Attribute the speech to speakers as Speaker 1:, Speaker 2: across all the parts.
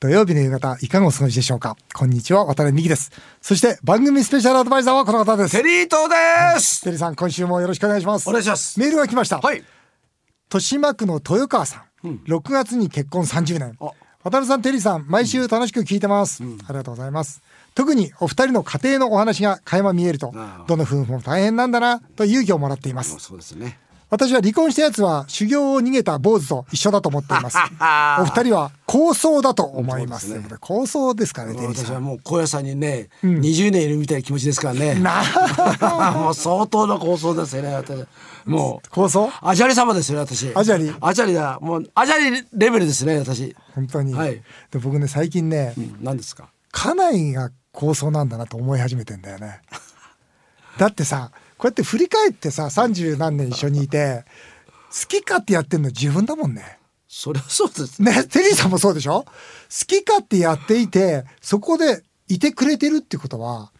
Speaker 1: 土曜日の夕方、いかがお過ごしでしょうかこんにちは、渡辺美希です。そして、番組スペシャルアドバイザーはこの方です。
Speaker 2: テリートです、
Speaker 1: テリーさん、今週もよろしくお願いします。
Speaker 2: お願いします
Speaker 1: メールが来ました。
Speaker 2: はい。
Speaker 1: 豊島区の豊川さん、6月に結婚30年
Speaker 2: あ
Speaker 1: 渡辺さんテリーさん毎週楽しく聞いてます、ありがとうございます特にお二人の家庭のお話が垣間見えると
Speaker 2: ああ
Speaker 1: どの夫婦も大変なんだなと勇気をもらっています
Speaker 2: そうですね
Speaker 1: 私は離婚したやつは修行を逃げた坊主と一緒だと思って いますお二人は高僧だと思います
Speaker 2: そうですね
Speaker 1: ということで高僧ですからねテリー
Speaker 2: 私
Speaker 1: さん
Speaker 2: はもう高野山にね、20年いるみたいな気持ちですからね
Speaker 1: な
Speaker 2: もう相当な構想ですよね私もう
Speaker 1: 高僧
Speaker 2: アジャリ様ですよね私
Speaker 1: アジャリ
Speaker 2: アジャリだもうアジャリレベルですね私
Speaker 1: 本当に、
Speaker 2: はい
Speaker 1: で僕ね最近ね、
Speaker 2: 何ですか
Speaker 1: 家内が構想なんだなと思い始めてんだよね。 だってさこうやって振り返ってさ三十何年一緒にいて好き勝手やってんの自分だもんね。
Speaker 2: それはそうです
Speaker 1: ねテリーさんもそうでしょ好き勝手やっていてそこでいてくれてるってことは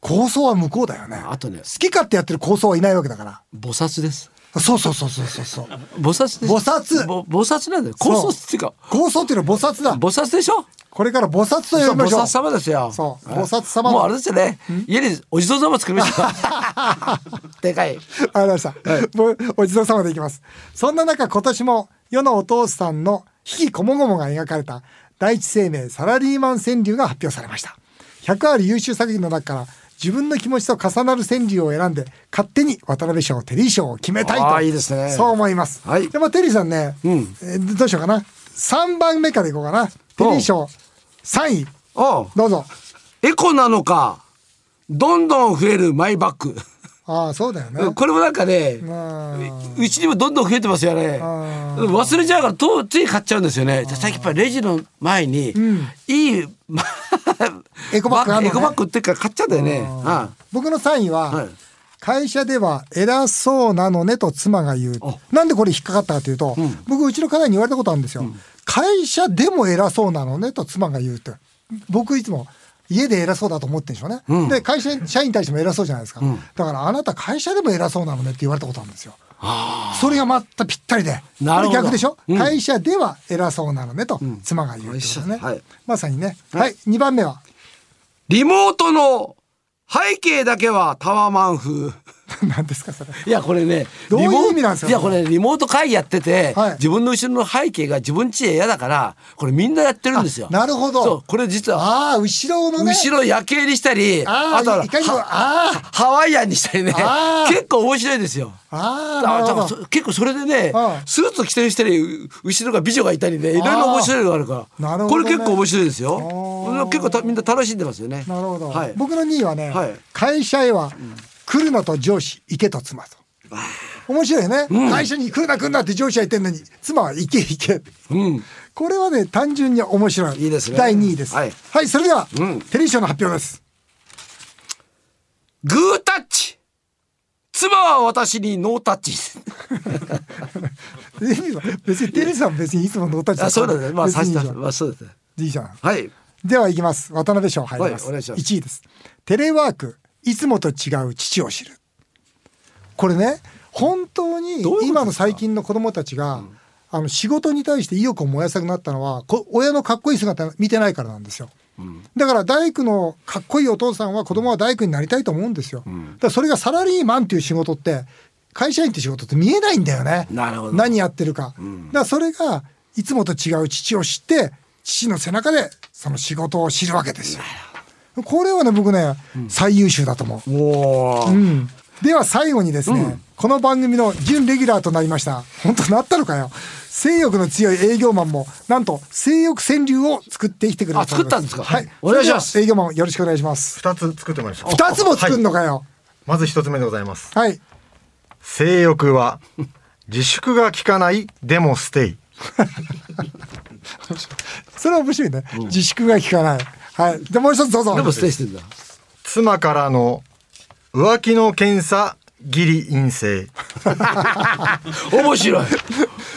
Speaker 1: 構想は向こうだよね。
Speaker 2: あとね
Speaker 1: 好き勝手やってる構想はいないわけだから。
Speaker 2: 菩薩です
Speaker 1: そうそうそうそうそうそう。
Speaker 2: 菩薩です
Speaker 1: 菩薩
Speaker 2: ぼ菩薩なんだよ構想
Speaker 1: そ
Speaker 2: っていうか
Speaker 1: 構想っていうのは菩薩だ。
Speaker 2: 菩薩でしょ
Speaker 1: これから菩薩と
Speaker 2: そう
Speaker 1: 呼び
Speaker 2: 菩
Speaker 1: ましょう。
Speaker 2: 薩様ですよ
Speaker 1: そう
Speaker 2: はい
Speaker 1: 菩薩様の
Speaker 2: もうあれですよね家にお地蔵様作りました でかい
Speaker 1: ありました。もうお地蔵様でいきます。そんな中、今年も世のお父さんの悲喜こもごもが描かれた第一生命サラリーマン川柳が発表されました。100ある優秀作品の中から自分の気持ちと重なる川柳を選んで勝手に渡辺賞、テリー賞を決めたい
Speaker 2: あ
Speaker 1: と。
Speaker 2: ーいいですね
Speaker 1: そう思います。
Speaker 2: はい
Speaker 1: でもテリーさんね、
Speaker 2: ん
Speaker 1: えーどうしようかな。3番目からいこうかな。テリー賞3位。
Speaker 2: おう
Speaker 1: どうぞ。
Speaker 2: エコなのかどんどん増えるマイバッ
Speaker 1: ああ、そうだよね。
Speaker 2: グこれもなんかね
Speaker 1: うん
Speaker 2: うちにもどんどん増えてますよね
Speaker 1: あ
Speaker 2: 忘れちゃうからとつい買っちゃうんですよねじゃあ最近やっぱりレジの前に、いいま
Speaker 1: エコバッグあんのね
Speaker 2: エコバッグ売ってるから買っちゃうんだよねあ
Speaker 1: 僕の3位は、
Speaker 2: はい
Speaker 1: 会社では偉そうなのねと妻が言う
Speaker 2: あ
Speaker 1: なんでこれ引っかかったかというと、僕うちの家内に言われたことあるんですよ、会社でも偉そうなのねと妻が言うって僕いつも家で偉そうだと思ってるんでしょうね、
Speaker 2: うん
Speaker 1: で会社社員に対しても偉そうじゃないですか、
Speaker 2: ん
Speaker 1: だからあなた会社でも偉そうなのねって言われたことあるんですよそれがまたぴったりで
Speaker 2: なるほど
Speaker 1: これ逆でしょ、
Speaker 2: うん
Speaker 1: 会社では偉そうなのねと妻が言うってことね、
Speaker 2: 会社はい
Speaker 1: まさにねはい、2番目は
Speaker 2: リモートの背景だけはタワマ ン風
Speaker 1: 何ですかそれ
Speaker 2: いやこれね
Speaker 1: どういう
Speaker 2: リモー
Speaker 1: 意味なんですか
Speaker 2: いやこれリモート会議やってて、
Speaker 1: はい
Speaker 2: 自分の後ろの背景が自分家嫌だからこれみんなやってるんですよ
Speaker 1: あなるほど
Speaker 2: そうこれ実は
Speaker 1: ああ後ろのね
Speaker 2: 後ろ夜景にしたり
Speaker 1: あー
Speaker 2: あとはい
Speaker 1: かにも
Speaker 2: は
Speaker 1: あ
Speaker 2: ハワイアンにしたりね
Speaker 1: あー
Speaker 2: 結構面白いですよ
Speaker 1: ああ
Speaker 2: あ
Speaker 1: な
Speaker 2: だ
Speaker 1: る
Speaker 2: か
Speaker 1: ほ
Speaker 2: ら
Speaker 1: ど
Speaker 2: そ結構それでね
Speaker 1: うん
Speaker 2: スーツ着てる人にう後ろが美女がいたりねいろいろ面白いのがあるから
Speaker 1: なるほ
Speaker 2: こ
Speaker 1: どね
Speaker 2: れ結構面白いで
Speaker 1: あ
Speaker 2: すよ
Speaker 1: ー
Speaker 2: 結構たみんな楽しんでますよね
Speaker 1: なるほど、
Speaker 2: はい、
Speaker 1: 僕の2位はね、
Speaker 2: はい
Speaker 1: 会社へは来るなと上司行けと妻と面白いよね、会社に来るな来るなって上司は言ってんのに妻は行け行け
Speaker 2: うん
Speaker 1: これはね単純に面白い
Speaker 2: いいですね
Speaker 1: 第2位です
Speaker 2: はい
Speaker 1: それでは、
Speaker 2: うん
Speaker 1: テレビ賞の発表 です
Speaker 2: グータッチ妻は私にノータッチ
Speaker 1: え別にテレビさん別にいつもノータッチ
Speaker 2: あそうなんですねまあ
Speaker 1: 別
Speaker 2: 差
Speaker 1: にい
Speaker 2: し
Speaker 1: いじゃ
Speaker 2: 出
Speaker 1: ん
Speaker 2: すまあそうですね
Speaker 1: いいじゃん
Speaker 2: はい
Speaker 1: ではいきます渡辺賞入ります,、
Speaker 2: はいお願いします
Speaker 1: 1位ですテレワークいつもと違う父を知るこれね本当に
Speaker 2: どういうことですか
Speaker 1: 今の最近の子供たちが、あの仕事に対して意欲を燃やしたくなったのはこ親のかっこいい姿見てないからなんですよ、だから大工のかっこいいお父さんは子供は大工になりたいと思うんですよ、だからそれがサラリーマンっていう仕事って会社員って仕事って見えないんだよね
Speaker 2: なるほど
Speaker 1: 何やってるか、だからそれがいつもと違う父を知って父の背中でその仕事を知るわけですよこれはね僕ね、最優秀だと思う、
Speaker 2: おお、
Speaker 1: うんでは最後にですね、この番組の準レギュラーとなりました本当なったのかよ性欲の強い営業マンもなんと性欲川柳を作ってきてくれたそう
Speaker 2: あ作ったんですか
Speaker 1: はい
Speaker 2: お願いします
Speaker 1: それでは営業マンよろしくお願いします
Speaker 3: 二つ作ってもらいました。
Speaker 1: 二つも作るの
Speaker 3: はい
Speaker 1: かよ
Speaker 3: まず一つ目でございます。
Speaker 1: はい、
Speaker 3: 性欲は自粛が効かないでもステイ。
Speaker 1: それは面白いね、自粛が効かないはいでもう一つどうぞ
Speaker 2: でもステイしてんだ
Speaker 3: 妻からの浮気の検査ギリ陰性。
Speaker 2: 面白い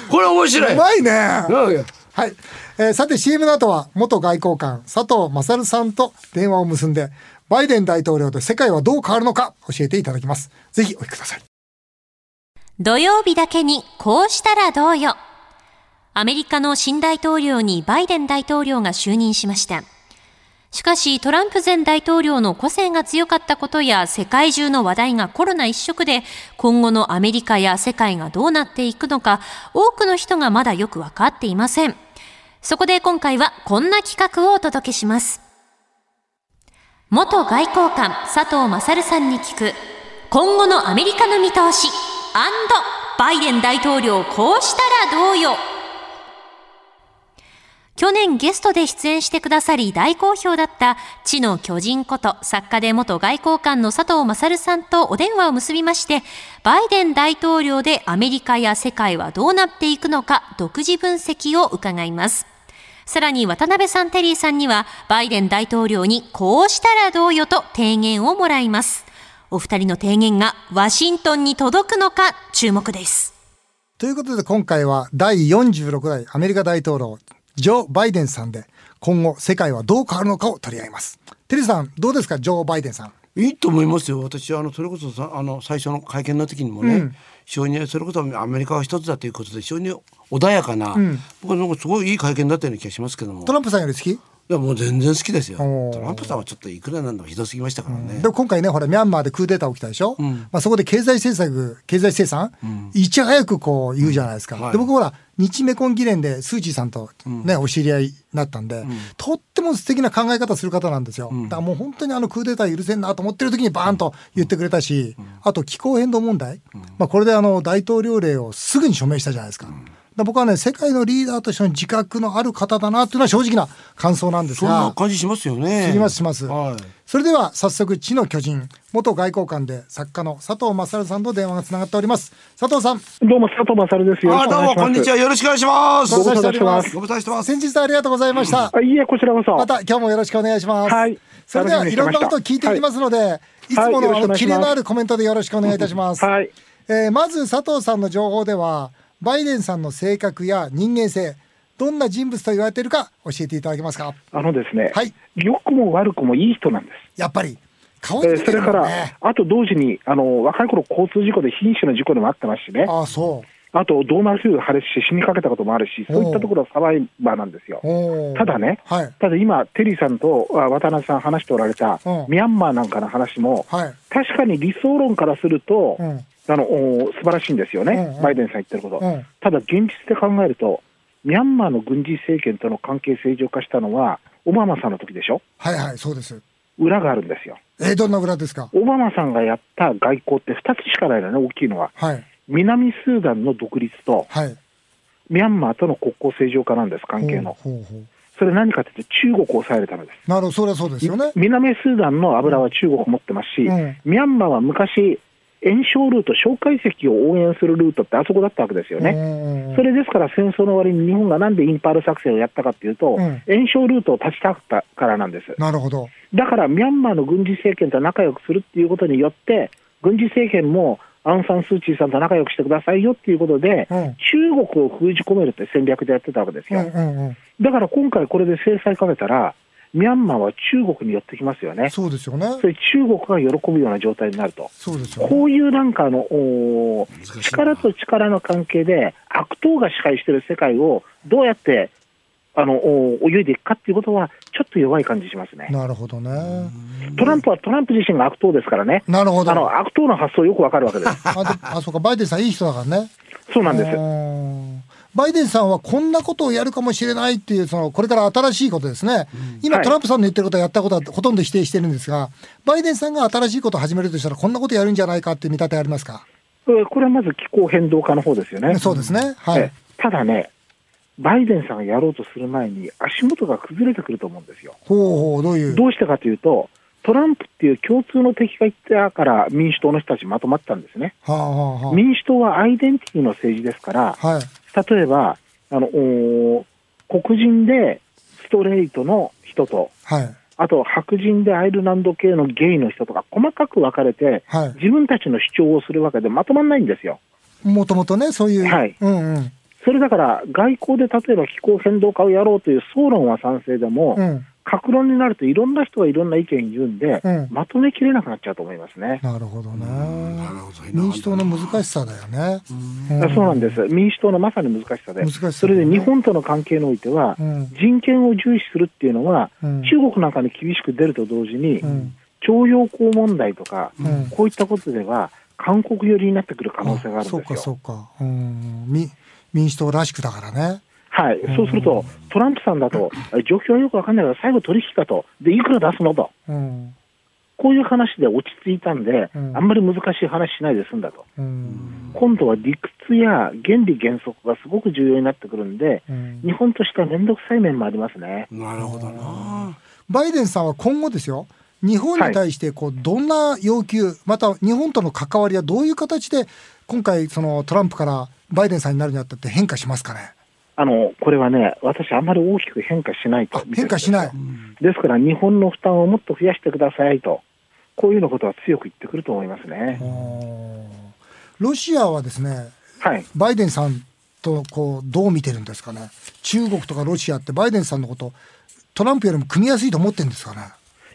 Speaker 2: これ面白いう
Speaker 1: まいね
Speaker 2: うん
Speaker 1: はい、えーさて CM の後は元外交官佐藤勝さんと電話を結んでバイデン大統領で世界はどう変わるのか教えていただきますぜひお聞きください
Speaker 4: 土曜日だけにこうしたらどうよアメリカの新大統領にバイデン大統領が就任しました。しかし、トランプ前大統領の個性が強かったことや、世界中の話題がコロナ一色で、今後のアメリカや世界がどうなっていくのか、多くの人がまだよくわかっていません。そこで今回は、こんな企画をお届けします。元外交官佐藤勝さんに聞く、今後のアメリカの見通し、バイデン大統領こうしたらどうよ。去年ゲストで出演してくださり大好評だった地の巨人こと作家で元外交官の佐藤勝さんとお電話を結びましてバイデン大統領でアメリカや世界はどうなっていくのか独自分析を伺いますさらに渡辺さんテリーさんにはバイデン大統領にこうしたらどうよと提言をもらいますお二人の提言がワシントンに届くのか注目です
Speaker 1: ということで今回は第46代アメリカ大統領ジョー・バイデンさんで今後世界はどう変わるのかを取り上げます。テリーさんどうですかジョー・バイデンさん。
Speaker 2: いいと思いますよ私あのそれこそさあの最初の会見の時にもね、非常にそれこそアメリカは一つだということで非常に穏やかな、僕はなんかすごいいい会見だったような気がしますけども
Speaker 1: トランプさんより好き
Speaker 2: いやもう全然好きですよ
Speaker 1: おー
Speaker 2: トランプさんはちょっといくらなんでもひどすぎましたからね
Speaker 1: で、も今回ねほらミャンマーでクーデター起きたでしょ、まあ、そこで経済政策経済生産、いち早くこう言うじゃないですか、
Speaker 2: はい
Speaker 1: で僕ほら日メコン議連でスー・チーさんと、ねお知り合いになったんで、とっても素敵な考え方する方なんですよ、だからもう本当にあのクーデター許せんなと思ってる時にバーンと言ってくれたし、あと気候変動問題、まあ、これであの大統領令をすぐに署名したじゃないですか。だから僕はね世界のリーダーとしての自覚のある方だなというのは正直な感想なんです
Speaker 2: そん
Speaker 1: が
Speaker 2: な感じしますよね
Speaker 1: しますします
Speaker 2: はい
Speaker 1: それでは早速地の巨人元外交官で作家の佐藤勝さんと電話がつながっております佐藤さん
Speaker 5: どうも佐藤勝です。よろ
Speaker 2: あ
Speaker 5: しくお
Speaker 2: どうも
Speaker 5: 願いします。
Speaker 2: こんにちはよろしくお願いします
Speaker 5: ご無沙汰してます
Speaker 2: ご無沙汰してます
Speaker 1: 先日はありがとうございました、
Speaker 5: あいいえ、こちらこそ。
Speaker 1: また今日もよろしくお願いします、
Speaker 5: はい
Speaker 1: それでは
Speaker 5: 楽
Speaker 1: い
Speaker 5: しみにし
Speaker 1: ろんな
Speaker 5: てました
Speaker 1: ことを聞いていきますので、い、つも
Speaker 5: はいよろ
Speaker 1: の
Speaker 5: し
Speaker 1: あのキ
Speaker 5: くお願いしま
Speaker 1: レ
Speaker 5: す
Speaker 1: のあるコメントでよろしくお願いいたします、
Speaker 5: はい。
Speaker 1: えーまず佐藤さんの情報ではバイデンさんの性格や人間性どんな人物と言われているか教えていただけますか
Speaker 5: あのですね、
Speaker 1: はい
Speaker 5: 良くも悪くもいい人なんです。
Speaker 1: やっぱり顔
Speaker 5: え
Speaker 1: に出
Speaker 5: ーそ
Speaker 1: て
Speaker 5: れ
Speaker 1: る
Speaker 5: か
Speaker 1: もん
Speaker 5: ら、
Speaker 1: ね
Speaker 5: あと同時に、あの、若い頃交通事故で瀕死の事故でもあってますしね、
Speaker 1: ああそ
Speaker 5: あと、動脈瘤が破裂して死にかけたこともあるし、そういったところはサバイバーなんですよ
Speaker 1: う。おー
Speaker 5: ただね、
Speaker 1: はい
Speaker 5: ただ今、テリーさんとあ渡辺さん話しておられた、
Speaker 1: うん
Speaker 5: ミャンマーなんかの話も、
Speaker 1: はい
Speaker 5: 確かに理想論からすると、
Speaker 1: うん
Speaker 5: あのお素晴らしいんですよね、
Speaker 1: うんうん
Speaker 5: バイデンさん言ってること、
Speaker 1: うん
Speaker 5: ただ現実で考えると、ミャンマーの軍事政権との関係正常化したのは、オバマさんの時でしょ、
Speaker 1: はいはいそうです
Speaker 5: 裏があるんですよ、
Speaker 1: えーどんな裏ですか
Speaker 5: オバマさんがやった外交って2つしかないのね、大きいのは、
Speaker 1: はい
Speaker 5: 南スーダンの独立と、
Speaker 1: はい
Speaker 5: ミャンマーとの国交正常化なんです、関係の、
Speaker 1: ほうほうほう
Speaker 5: それ何かというと、中国を抑えるためです。
Speaker 1: なるほどそれはそうですよね
Speaker 5: 南スーダンの油は中国を持ってますし、
Speaker 1: うん
Speaker 5: ミャンマーは昔、炎症ルート、蒋介石を応援するルートってあそこだったわけですよね。
Speaker 1: ね
Speaker 5: それですから戦争の終わりに日本がなんでインパール作戦をやったかっていうと、
Speaker 1: うん
Speaker 5: 炎症ルートを断ちたかったからなんです。
Speaker 1: なるほど
Speaker 5: だからミャンマーの軍事政権と仲良くするっていうことによって、軍事政権もアウン・サン・スー・チーさんと仲良くしてくださいよっていうことで、
Speaker 1: うん
Speaker 5: 中国を封じ込めるって戦略でやってたわけです
Speaker 1: うん
Speaker 5: よ。
Speaker 1: うんうん
Speaker 5: だから今回これで制裁かけたら、ミャンマーは中国に寄ってきますよね。
Speaker 1: そうですよね
Speaker 5: それ中国が喜ぶような状態になると。
Speaker 1: そうですよね
Speaker 5: こういうなんかあの、おー
Speaker 2: 難しいな
Speaker 5: 力と力の関係で、悪党が支配している世界をどうやってあのおー泳いでいくかっていうことは、ちょっと弱い感じしますね。
Speaker 1: なるほどね
Speaker 5: トランプはトランプ自身が悪党ですからね、
Speaker 1: なるほど
Speaker 5: あの悪党の発想、よくわかるわけです。
Speaker 1: あであそうかバイデンさんいい人だからね
Speaker 5: そうなんで
Speaker 1: う
Speaker 5: す。
Speaker 1: ーんバイデンさんはこんなことをやるかもしれないっていうそのこれから新しいことですね今、
Speaker 5: はい
Speaker 1: トランプさんの言ってることはやったことはほとんど否定してるんですがバイデンさんが新しいことを始めるとしたらこんなことやるんじゃないかっていう見立てありますか、
Speaker 5: えこれはまず気候変動化の方ですよね。
Speaker 1: そうですねはい、
Speaker 5: えただね、バイデンさんがやろうとする前に、足元が崩れてくると思うんですよ。
Speaker 1: ほうほうどういう
Speaker 5: どうしてかというと、トランプっていう共通の敵がいたから、民主党の人たちまとまったんですね。
Speaker 1: はあはあは
Speaker 5: 民主党はアイデンティティの政治ですから、
Speaker 1: あはい
Speaker 5: 例えば、あの、おー黒人でストレートの人と、
Speaker 1: はい
Speaker 5: あと白人でアイルランド系のゲイの人とか、細かく分かれて、
Speaker 1: はい
Speaker 5: 自分たちの主張をするわけでまとまらないんですよ。
Speaker 1: もともとね、そういう。
Speaker 5: はい
Speaker 1: うんうん。
Speaker 5: それだから、外交で例えば気候変動化をやろうという総論は賛成でも、
Speaker 1: うん。
Speaker 5: 格論になるといろんな人がいろんな意見言うんで、
Speaker 1: うん
Speaker 5: まとめきれなくなっちゃうと思いますね。
Speaker 1: なるほどね
Speaker 2: なるほど
Speaker 1: 民主党の難しさだよね、
Speaker 5: だからそうなん
Speaker 1: で
Speaker 5: です。民主党のまさに難しさで。
Speaker 1: 難しさだね
Speaker 5: それで日本との関係においては、
Speaker 1: うん
Speaker 5: 人権を重視するっていうのは、
Speaker 1: うん
Speaker 5: 中国なんかに厳しく出ると同時に、
Speaker 1: うん
Speaker 5: 徴用工問題とか、
Speaker 1: うん
Speaker 5: こういったことでは、韓国寄りになってくる可能性があるん
Speaker 1: そう
Speaker 5: です
Speaker 1: かそ
Speaker 5: よ。
Speaker 1: うかうんみ民主党らしくだからね
Speaker 5: はい、そうすると、トランプさんだと、状況はよくわかんないから、最後取引かと、で、いくら出すのと、
Speaker 1: うん
Speaker 5: こういう話で落ち着いたんで、
Speaker 1: うん
Speaker 5: あんまり難しい話しないで済んだと。
Speaker 1: うん
Speaker 5: 今度は理屈や原理原則がすごく重要になってくるんで、
Speaker 1: うん
Speaker 5: 日本としては面倒くさい面もありますね。
Speaker 2: なるほどな。
Speaker 1: バイデンさんは今後ですよ日本に対してこうどんな要求、また日本との関わりはどういう形で今回そのトランプからバイデンさんになるにあたって変化しますかね
Speaker 5: あの、これはね、私あんまり大きく変化しないと
Speaker 1: あ。変化しない。
Speaker 5: ですから日本の負担をもっと増やしてくださいと。こういうようなことは強く言ってくると思いますね。
Speaker 1: おーロシアはですね
Speaker 5: はい。
Speaker 1: バイデンさんとこうどう見てるんですかね中国とかロシアってバイデンさんのことトランプよりも組みやすいと思ってるんですかね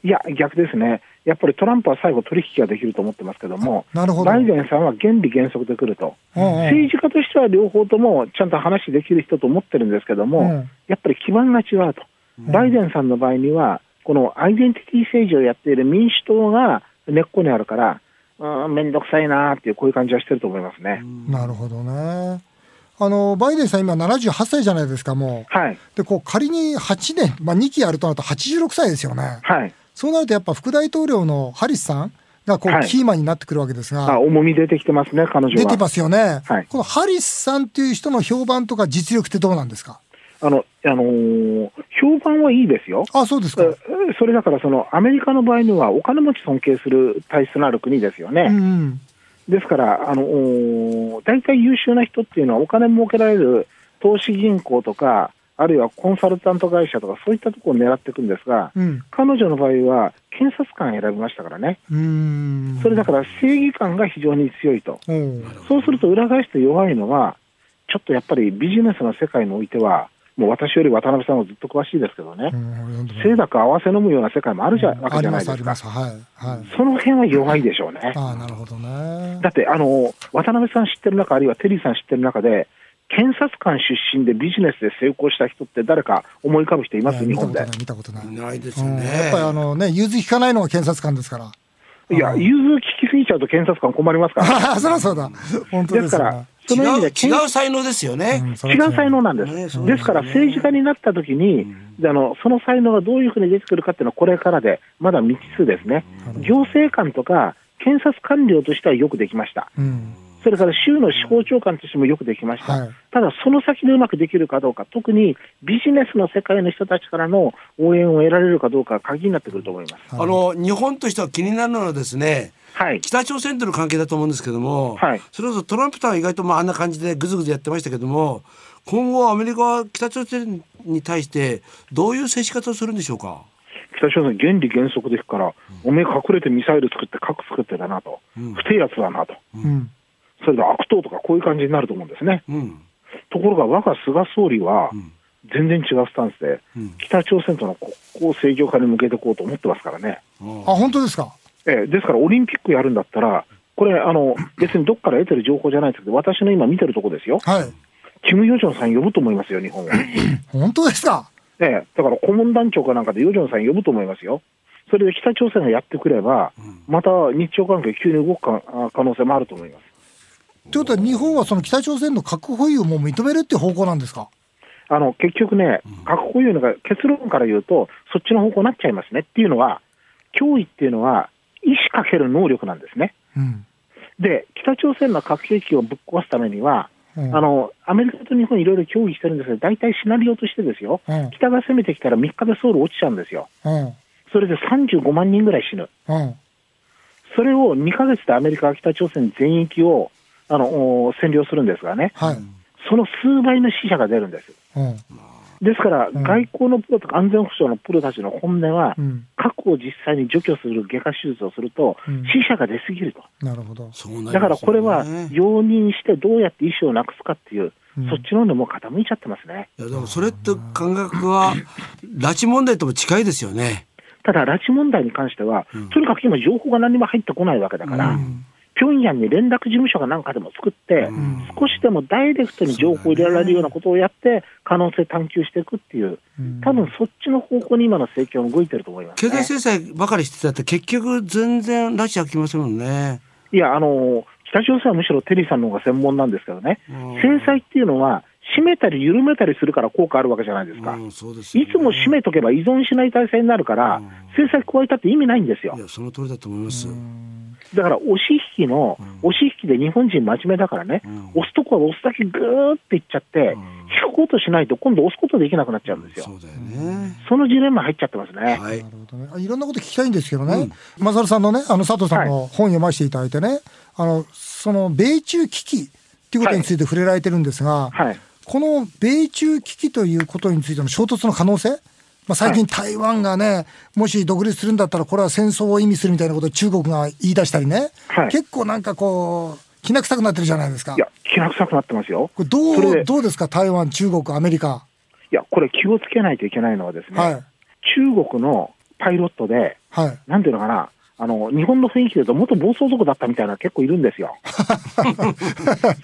Speaker 5: いや、逆ですね。やっぱりトランプは最後取引ができると思ってますけども、
Speaker 1: なるほど
Speaker 5: バイデンさんは原理原則で来ると。
Speaker 1: うんうん
Speaker 5: 政治家としては両方ともちゃんと話できる人と思ってるんですけども、
Speaker 1: うん
Speaker 5: やっぱり基盤が違うと、バイデンさんの場合には、このアイデンティティ政治をやっている民主党が根っこにあるから、うーん、めんどくさいなーっていう、こういう感じはしてると思いますね。
Speaker 1: なるほどねあのバイデンさん今78歳じゃないですかもう
Speaker 5: はい、
Speaker 1: でこう仮に8年、まあ、2期やるとなると86歳ですよね、
Speaker 5: はい、
Speaker 1: そうなるとやっぱ副大統領のハリスさんがこう
Speaker 5: はい
Speaker 1: キーマンになってくるわけですが、
Speaker 5: あ重み出てきてますね、彼女は。
Speaker 1: 出てますよね、
Speaker 5: はい
Speaker 1: このハリスさんという人の評判とか実力ってどうなんですか
Speaker 5: あの、あのー評判はいいですよ。
Speaker 1: あそうです
Speaker 5: え
Speaker 1: か、
Speaker 5: それだからそのアメリカの場合にはお金持ち尊敬する体質のある国ですよね。
Speaker 1: うんうん
Speaker 5: ですから、あのおー大体優秀な人っていうのは、お金儲けられる投資銀行とか、あるいはコンサルタント会社とか、そういったところを狙っていくんですが、
Speaker 1: うん
Speaker 5: 彼女の場合は、検察官を選びましたからね、
Speaker 1: うーん
Speaker 5: それだから正義感が非常に強いと、
Speaker 1: おう
Speaker 5: そうすると裏返して弱いのは、ちょっとやっぱりビジネスの世界においては、もう私より渡辺さんはずっと詳しいですけどね
Speaker 1: う、ん
Speaker 5: 清濁合わせ飲むような世界もあるじゃわ
Speaker 1: あ
Speaker 5: けじ
Speaker 1: り
Speaker 5: ゃ
Speaker 1: ま
Speaker 5: ない
Speaker 1: すあ
Speaker 5: で
Speaker 1: り
Speaker 5: す
Speaker 1: ま
Speaker 5: か。
Speaker 1: すはいはい
Speaker 5: その辺は弱いでしょうね。
Speaker 1: ああなるほどね
Speaker 5: だってあの渡辺さん知ってる中、あるいはテリーさん知ってる中で、検察官出身でビジネスで成功した人って誰か思い浮かぶ人いま
Speaker 1: いや
Speaker 5: す、日
Speaker 1: 見たこ
Speaker 5: 本
Speaker 1: とな
Speaker 5: で
Speaker 1: い。見たことない、
Speaker 2: いないです
Speaker 1: う
Speaker 2: よ
Speaker 1: ん
Speaker 2: ね。
Speaker 1: やっぱりあのね融通聞かないのが検察官ですから
Speaker 5: いや、融通聞きすぎちゃうと検察官困りますから。
Speaker 1: ああそりゃそうだ本当
Speaker 5: で
Speaker 1: ですす
Speaker 5: か
Speaker 1: よ
Speaker 5: ら
Speaker 1: ね、
Speaker 5: その意味で
Speaker 2: 違う違
Speaker 5: 検
Speaker 2: う才能ですよね。
Speaker 1: うんそ
Speaker 5: 違
Speaker 1: りゃ
Speaker 5: う才能なんで
Speaker 2: ね
Speaker 5: す。
Speaker 2: そう
Speaker 5: で
Speaker 2: ですよね
Speaker 5: すから、政治家になった時に、あのその才能がどういうふうに出てくるかっていうのは、これからで、まだ未知数ですね。行政官とか、検察官僚としてはよくできました。
Speaker 1: うん
Speaker 5: それから州の司法長官としてもよくできました、
Speaker 1: はい
Speaker 5: ただその先でうまくできるかどうか、特にビジネスの世界の人たちからの応援を得られるかどうかが鍵になってくると思います。
Speaker 2: あの日本としては気になるのはですね。
Speaker 5: はい、
Speaker 2: 北朝鮮との関係だと思うんですけども、
Speaker 5: はい
Speaker 2: それこそトランプさんは意外とまああんな感じでぐずぐずやってましたけども今後アメリカは北朝鮮に対してどういう接し方をするんでしょうか、
Speaker 5: 北朝鮮、原理原則ですから、おめえ隠れてミサイル作って、核作ってだなと、
Speaker 2: うん
Speaker 5: 不手やつだなと、
Speaker 1: うん
Speaker 5: それで悪党とかこういう感じになると思うんですね。
Speaker 2: うん
Speaker 5: ところが、我が菅総理は
Speaker 2: ん
Speaker 5: 全然違うスタンスで、
Speaker 2: うん
Speaker 5: 北朝鮮との国交正常化に向けていこうと思ってますからね。
Speaker 1: あ本当ですか
Speaker 5: ええ、ですから、オリンピックやるんだったら、これあの、別にどっから得てる情報じゃないんですけど、私の今見てるとこですよ、
Speaker 1: はい
Speaker 5: キム・ヨジョンさん呼ぶと思いますよ、日本は。え
Speaker 1: 本当ですか
Speaker 5: え、だから顧問団長かなんかでヨジョンさん呼ぶと思いますよ。それで北朝鮮がやってくれば、また日朝関係、急に動くかあ可能性もあると思います。
Speaker 1: ということは日本はその北朝鮮の核保有をもう認めるっていう方向なんですか
Speaker 5: あの結局ね、核保有のが結論から言うと、そっちの方向になっちゃいますねっていうのは、脅威っていうのは、意思かける能力なんですね。
Speaker 1: うん
Speaker 5: で、北朝鮮の核兵器をぶっ壊すためには、
Speaker 1: うん
Speaker 5: あのアメリカと日本、いろいろ協議してるんですが、大体シナリオとしてですよ、
Speaker 1: うん
Speaker 5: 北が攻めてきたら3日でソウル落ちちゃうんですよ、
Speaker 1: うん
Speaker 5: それで35万人ぐらい死ぬ、
Speaker 1: うん
Speaker 5: それを2ヶ月でアメリカは北朝鮮全域をあのお占領するんですがね、
Speaker 1: はい
Speaker 5: その数倍の死者が出るんです。
Speaker 1: うん
Speaker 5: ですから、外交のプロとか安全保障のプロたちの本音は、
Speaker 1: うん
Speaker 5: 核を実際に除去する外科手術をすると、
Speaker 1: うん
Speaker 5: 死者が出すぎると、
Speaker 1: なるほど。
Speaker 2: そうなりますよね
Speaker 5: だからこれは容認してどうやって意思をなくすかっていう、
Speaker 1: うん
Speaker 5: そっちの方にもう傾いちゃってますね。
Speaker 2: いやでもそれって感覚は拉致問題とも近いですよね。
Speaker 5: ただ、拉致問題に関しては、とにかく今、情報が何も入ってこないわけだから、平壌に連絡事務所かなんかでも作って、少しでもダイレクトに情報を入れられるようなことをやって、可能性探求していくっていう、多分そっちの方向に今の政権は動いてると思います、
Speaker 2: 経
Speaker 5: ね。
Speaker 2: 済制裁ばかりしてたって結局全然拉致飽きませんもんね。
Speaker 5: いや、あの、北朝鮮はむしろテリーさんの方が専門なんですけどね、
Speaker 2: うん
Speaker 5: 制裁っていうのは、締めたり緩めたりするから効果あるわけじゃないですか。
Speaker 2: うん、そうですよ
Speaker 5: い
Speaker 2: ね
Speaker 5: つも締めとけば依存しない体制になるから、制裁加えたって意味ないんですよ
Speaker 2: い。やその通りだと思います。
Speaker 5: だから押し引きの、押し引きで日本人真面目だからね、
Speaker 2: ん
Speaker 5: 押すとこは押すだけぐーっていっちゃって、引くことしないと今度押すことできなくなっちゃうんですよ。
Speaker 2: そうだよね。
Speaker 5: そのジレンマ入っちゃってますね。
Speaker 2: はい
Speaker 1: な。るほどね。あいろんなこと聞きたいんですけどね。マサルさんのね、あの佐藤さんの本読ませていただいてね、あのその米中危機っていうことについて触れられてるんですが、
Speaker 5: はい
Speaker 1: この米中危機ということについての衝突の可能性。まあ、最近台湾がね、もし独立するんだったらこれは戦争を意味するみたいなことを中国が言い出したりね、
Speaker 5: はい
Speaker 1: 結構なんかこうきな臭くなってるじゃないですか
Speaker 5: いや、気な臭くなってますよ。
Speaker 1: これど
Speaker 5: それ
Speaker 1: う
Speaker 5: で
Speaker 1: どうですか台湾中国アメリカ、
Speaker 5: いや、これ気をつけないといけないのはですね、
Speaker 1: はい
Speaker 5: 中国のパイロットで、
Speaker 1: はい
Speaker 5: なんていうのかな、あの日本の雰囲気でいうと、元暴走族だったみたいな結構いるんですよ。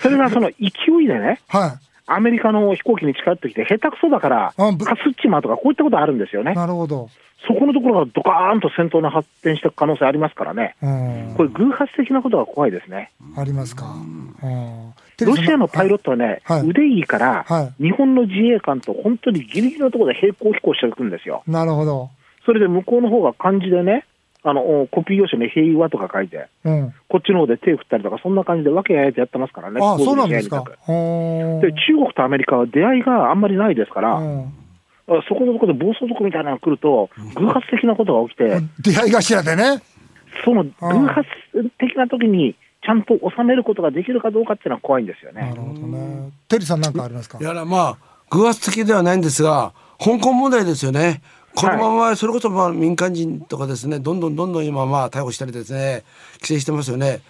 Speaker 5: それがその勢いでね、
Speaker 1: は
Speaker 5: アメリカの飛行機に近寄ってきて、下手くそだから、
Speaker 1: あ
Speaker 5: か
Speaker 1: ぶ
Speaker 5: すっちまうとか、こういったことあるんですよ
Speaker 1: い
Speaker 5: ね。
Speaker 1: なるほど、
Speaker 5: そこのところがドカーンと戦闘の発展していく可能性ありますからね。
Speaker 1: うん、
Speaker 5: これ、偶発的なことが怖いですね。
Speaker 1: ありますか。うん
Speaker 5: ロシアのパイロットはね、
Speaker 1: はい
Speaker 5: 腕いいから、
Speaker 1: は
Speaker 5: 日本の自衛官と本当にギリギリのところで平行飛行していくんですよ。
Speaker 1: なるほど。
Speaker 5: それで向こうの方が漢字でね、あのコピー用紙に平和とか書いて、
Speaker 1: うん。
Speaker 5: こっちの方で手振ったりとか、そんな感じで分け合えてやってますからね、
Speaker 1: ああ、
Speaker 5: こ
Speaker 1: そう
Speaker 5: い
Speaker 1: な
Speaker 5: うん試合
Speaker 1: ですか
Speaker 5: みたく。
Speaker 1: ほー
Speaker 5: で中国とアメリカは出会いがあんまりないですから、
Speaker 1: うん
Speaker 5: そこのところで暴走族みたいなのが来ると、偶発的なことが起きて、
Speaker 1: 出会い頭でね。
Speaker 5: その偶発的な時に、ちゃんと収めることができるかどうかっていうのは怖いんですよ
Speaker 1: な
Speaker 5: ね
Speaker 1: る。ほどね。テリーさんなんかありますか
Speaker 2: い。やらまあ偶発的ではないんですが香港問題ですよね。このままそれこそまあ民間人とかですねどんどんどんどん今まあ逮捕したりですね規制してますよね。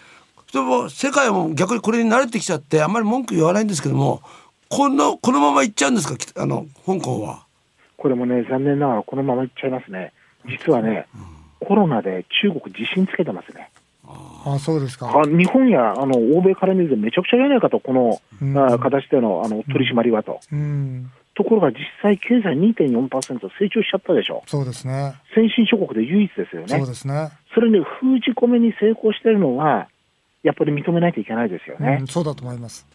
Speaker 2: でも世界も逆にこれに慣れてきちゃってあんまり文句言わないんですけどもこのこのまま行っちゃうんですかきあの香港は。
Speaker 5: これもね、残念ながらこのままいっちゃいますね。実はね、コロナで中国自信つけてますね。
Speaker 1: あ、そうですか。
Speaker 5: あ日本やあの欧米から見るとめちゃくちゃじゃないかと、この、
Speaker 1: うん
Speaker 5: あ形でのあの取り締まりはと。
Speaker 1: うん。
Speaker 5: ところが実際、経済2.4%成長しちゃったでしょ。
Speaker 1: そうですね。
Speaker 5: 先進諸国で唯一ですよ
Speaker 1: そう
Speaker 5: ね。
Speaker 1: ですね。
Speaker 5: それに封じ込めに成功してるのは、やっぱり認めないといけないですよ
Speaker 1: う
Speaker 5: ね
Speaker 1: ん。そうだと思います。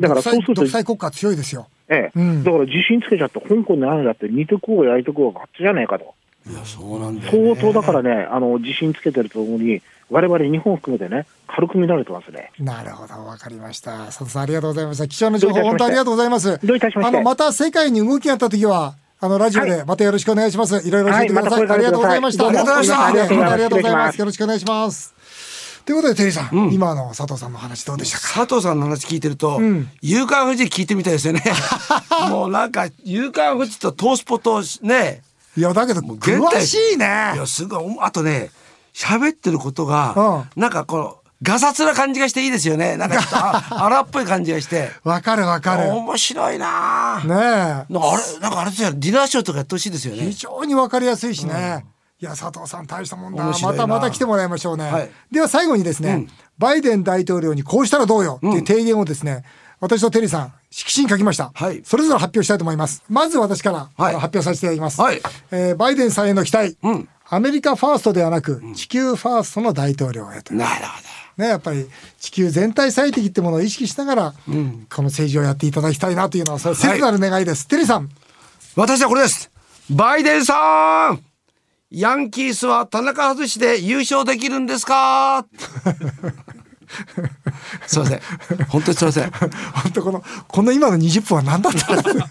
Speaker 5: だからそう
Speaker 1: 独
Speaker 5: する
Speaker 1: 裁
Speaker 5: と
Speaker 1: 独、裁国家強いですよ。
Speaker 5: ええ
Speaker 1: うん
Speaker 5: だから自信つけちゃって、香港のあるだって、似てこうが焼いてこうが勝ちじゃないかと。
Speaker 2: いやそうなんだよ、ね。
Speaker 5: 相当だからね、あの自信つけてるとともに、我々日本を含めてね、軽く見られてますね。
Speaker 1: なるほど、わかりました。佐藤さん、ありがとうございました。貴重な情報、
Speaker 5: どういたしまして
Speaker 1: 本当ありがとうございます。
Speaker 5: どういたしまして
Speaker 1: あの、また世界に動きがあった時は、あの、ラジオ
Speaker 5: は
Speaker 1: でまたよろしくお願いします。いろいろ教えてください。
Speaker 5: はいまた声
Speaker 1: あ
Speaker 5: か
Speaker 1: りが
Speaker 5: けて
Speaker 1: とう
Speaker 5: く
Speaker 1: ご
Speaker 5: だ
Speaker 1: ざいました。あり
Speaker 5: ざいどうも
Speaker 1: がとうございました。
Speaker 5: ありがとうございます
Speaker 1: 本当ありがとうございま。
Speaker 5: 失礼します
Speaker 1: よろしくお願いします。ということで、テリーさん、今の佐藤さんの話どうでしたか
Speaker 2: 佐藤さんの話聞いてると、夕刊富士聞いてみたいです よね。もうなんか夕刊富士とトースポとね
Speaker 1: いや、だけど、
Speaker 2: う現代
Speaker 1: 詳しいね
Speaker 2: い。やすごいあとね喋ってることが、なんかこのガサツな感じがしていいですよねなんか ちょっとあ荒っぽい感じがして
Speaker 1: わかるわかる。ね
Speaker 2: 面白いなあ、
Speaker 1: え。
Speaker 2: なんかあれなんかあれですよディナーショーとかやってほしいですよね
Speaker 1: 非常にわかりやすいしね。いや、佐藤さん大したもんだ。
Speaker 2: 面白
Speaker 1: ま
Speaker 2: いな
Speaker 1: たまた来てもらいましょうね。
Speaker 2: はい
Speaker 1: では最後にですね、バイデン大統領にこうしたらどうよっていう提言をですね、私とテリーさん、色紙に書きました、
Speaker 2: はい
Speaker 1: それぞれ発表したいと思います。まず私から、
Speaker 2: はい
Speaker 1: あの発表させていただきます。
Speaker 2: はい
Speaker 1: えーバイデンさんへの期待、
Speaker 2: うん
Speaker 1: アメリカファーストではなく、地球ファーストの大統領へと。
Speaker 2: なるほど
Speaker 1: ね、やっぱり地球全体最適ってものを意識しながら、この政治をやっていただきたいなというのは、それ切なる願いです。テリーさん、
Speaker 2: 私はこれですバイデンさんヤンキースは田中外しで優勝できるんで すかすいません本当にすいま せん本
Speaker 1: 本当この、この今の20分は何だったんだろ う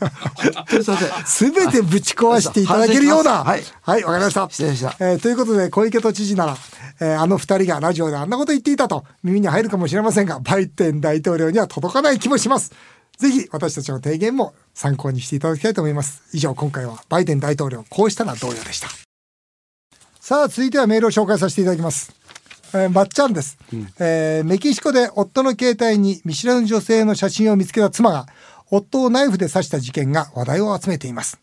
Speaker 2: 当にすいません
Speaker 1: すべてぶち壊していただけるような。
Speaker 2: はい
Speaker 1: はい、わかりました。
Speaker 2: 失礼しました
Speaker 1: えーということで、小池都知事なら、えーあの二人がラジオであんなこと言っていたと耳に入るかもしれませんが、バイデン大統領には届かない気もします。ぜひ私たちの提言も参考にしていただきたいと思います。以上、今回はバイデン大統領、こうしたら同様でした。さあ、続いてはメールを紹介させていただきます。えー、まっちゃんです、えーメキシコで夫の携帯に見知らぬ女性の写真を見つけた妻が、夫をナイフで刺した事件が話題を集めています。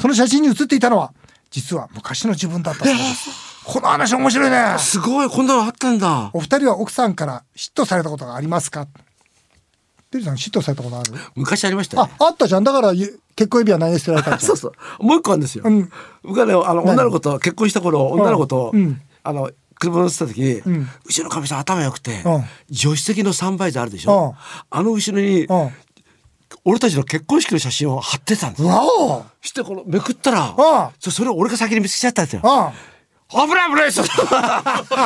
Speaker 1: その写真に写っていたのは、実は昔の自分だったそうです。 この話面白いね。
Speaker 2: すごいこんなのあったんだ
Speaker 1: お二人は奥さんから嫉妬されたことがありますかてるさん嫉妬されたことある
Speaker 2: 昔ありましたよ
Speaker 1: あ、あったじゃん。だから、ゆ結婚指輪投げ捨てられたんじゃ
Speaker 2: そ
Speaker 1: ん
Speaker 2: うそうもう一個あるんですよ、
Speaker 1: うん
Speaker 2: 僕はねあの女の子と結婚した頃女の子と、
Speaker 1: うん
Speaker 2: あの車乗ってた時に、うん後ろのかみさん頭良くて、
Speaker 1: うん
Speaker 2: 助手席のサンバイザーあるでしょ、
Speaker 1: うん
Speaker 2: あの後ろに、
Speaker 1: うん。
Speaker 2: 俺たちの結婚式の写真を貼ってたんです
Speaker 1: うわお
Speaker 2: してこのめくったら、
Speaker 1: うん
Speaker 2: そそれを俺が先に見つけちゃったんですよ、
Speaker 1: あ
Speaker 2: 危ない危ないそ危ないこんな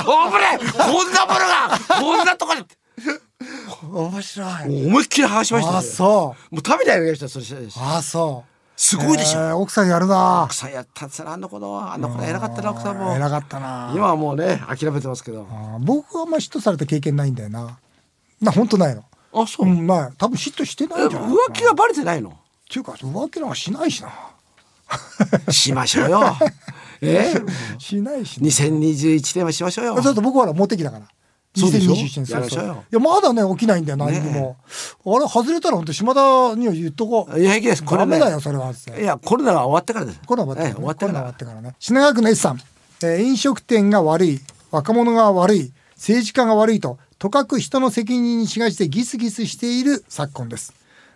Speaker 2: ものがこんなとこで
Speaker 1: 面白い。
Speaker 2: 思いっきり剥がしましたよ
Speaker 1: あ、そう。
Speaker 2: もう食べたやりましたそれ
Speaker 1: あ、そう。
Speaker 2: すごいでしょ、
Speaker 1: えー奥さんやるな
Speaker 2: 奥。さんやったんですよあの子のあの子の偉かったな奥さんも
Speaker 1: 偉かったな。
Speaker 2: 今はもうね諦めてますけど
Speaker 1: あ僕はあんま嫉妬された経験ないんだよな。な、本当ないの。
Speaker 2: あそうう、
Speaker 1: ん、まあ、多分嫉妬して
Speaker 2: え
Speaker 1: ないんじゃない
Speaker 2: 浮気がバレてないの
Speaker 1: っていうか、浮気なんかしないしな。
Speaker 2: しましょう よえ
Speaker 1: しないしな。
Speaker 2: 2021年はしましょうよ
Speaker 1: あちょっと僕はほらモテ期だから。
Speaker 2: そうでしょ
Speaker 1: 2021年
Speaker 2: やりましょうよ
Speaker 1: いや、まだね、起きないんだよ、何にも。あれ、外れたら、本当島田には言っとこう。
Speaker 2: いや平気ですこれ
Speaker 1: ダ
Speaker 2: ね
Speaker 1: メだよ、それは。つって
Speaker 2: いやコロナが終わってからです
Speaker 1: コロナ終わって
Speaker 2: ええ
Speaker 1: から
Speaker 2: 終
Speaker 1: ね
Speaker 2: わって
Speaker 1: コ
Speaker 2: か
Speaker 1: ロナ
Speaker 2: ら
Speaker 1: 終わってからね。品川区の S さん、えー飲食店が悪い、若者が悪い、政治家が悪いと、とかく人の責任にしがちでギスギスしている昨今です。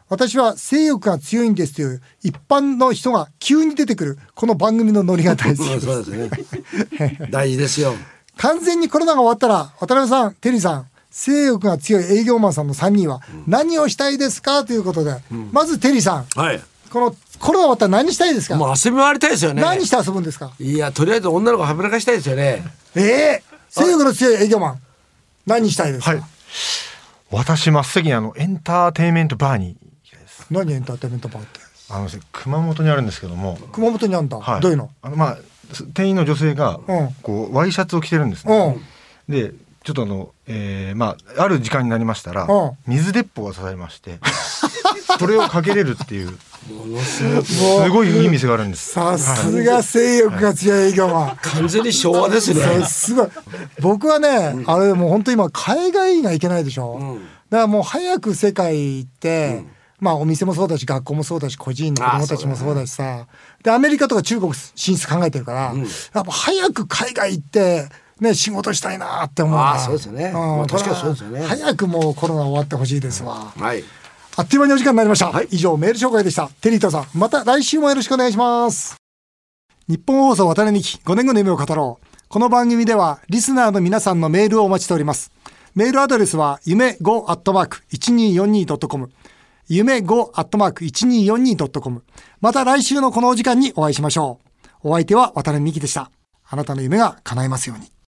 Speaker 1: 私は性欲が強いんですという一般の人が急に出てくるこの番組のノリが大好き
Speaker 2: う
Speaker 1: で
Speaker 2: ん
Speaker 1: す。
Speaker 2: そうですね 大事ですよ
Speaker 1: 完全にコロナが終わったら渡辺さんテリーさん性欲が強い営業マンさんの3人は何をしたいですかということで、まずテリーさん
Speaker 2: はい
Speaker 1: このコロナ終わったら何したいですか、
Speaker 2: もう遊び回りたいですよね
Speaker 1: 何して遊ぶんですか
Speaker 2: いやとりあえず女の子はぶらかしたいですよね
Speaker 1: ええ性欲の強い営業マン何したいですか、
Speaker 3: はい。私真っ先にあのエンターテインメントバーに行きたいです。
Speaker 1: 何エンターテインメントパーって
Speaker 3: あの熊本にあるんですけども。
Speaker 1: 熊本にあんだ、どういうの
Speaker 3: あのまあす店員の女性が
Speaker 1: うん
Speaker 3: こうワイシャツを着てるんですね。で。ちょっとあの、えーまあある時間になりましたら、
Speaker 1: うん
Speaker 3: 水鉄砲が刺されましてそれをかけれるってい
Speaker 2: も
Speaker 3: う
Speaker 2: のすごい
Speaker 1: もう
Speaker 3: すごいいい店があるんです。
Speaker 1: さすが性欲が強い営業マン、
Speaker 2: 完全に昭和ですね
Speaker 1: そうすごい僕はね、あれもう本当今海外が行けないでしょ、
Speaker 2: うん
Speaker 1: だからもう早く世界行って、まあお店もそうだし学校もそうだし個人の子供たちもそうだしさ、でアメリカとか中国進出考えてるから、やっぱ早く海外行ってね仕事したいなって思うな
Speaker 2: あーそうですよね
Speaker 1: ん
Speaker 2: まあ確かに
Speaker 1: これは
Speaker 2: そうですよね
Speaker 1: 早くもうコロナ終わってほしいですわ、
Speaker 2: はい
Speaker 1: あっという間にお時間になりました、
Speaker 2: はい
Speaker 1: 以上メール紹介でしたテリーとさんまた来週もよろしくお願いします日本放送渡辺美希5年後の夢を語ろうこの番組ではリスナーの皆さんのメールをお待ちしておりますメールアドレスは夢 5-1242.com 夢 5-1242.com また来週のこのお時間にお会いしましょうお相手は渡辺美希でしたあなたの夢が叶いますように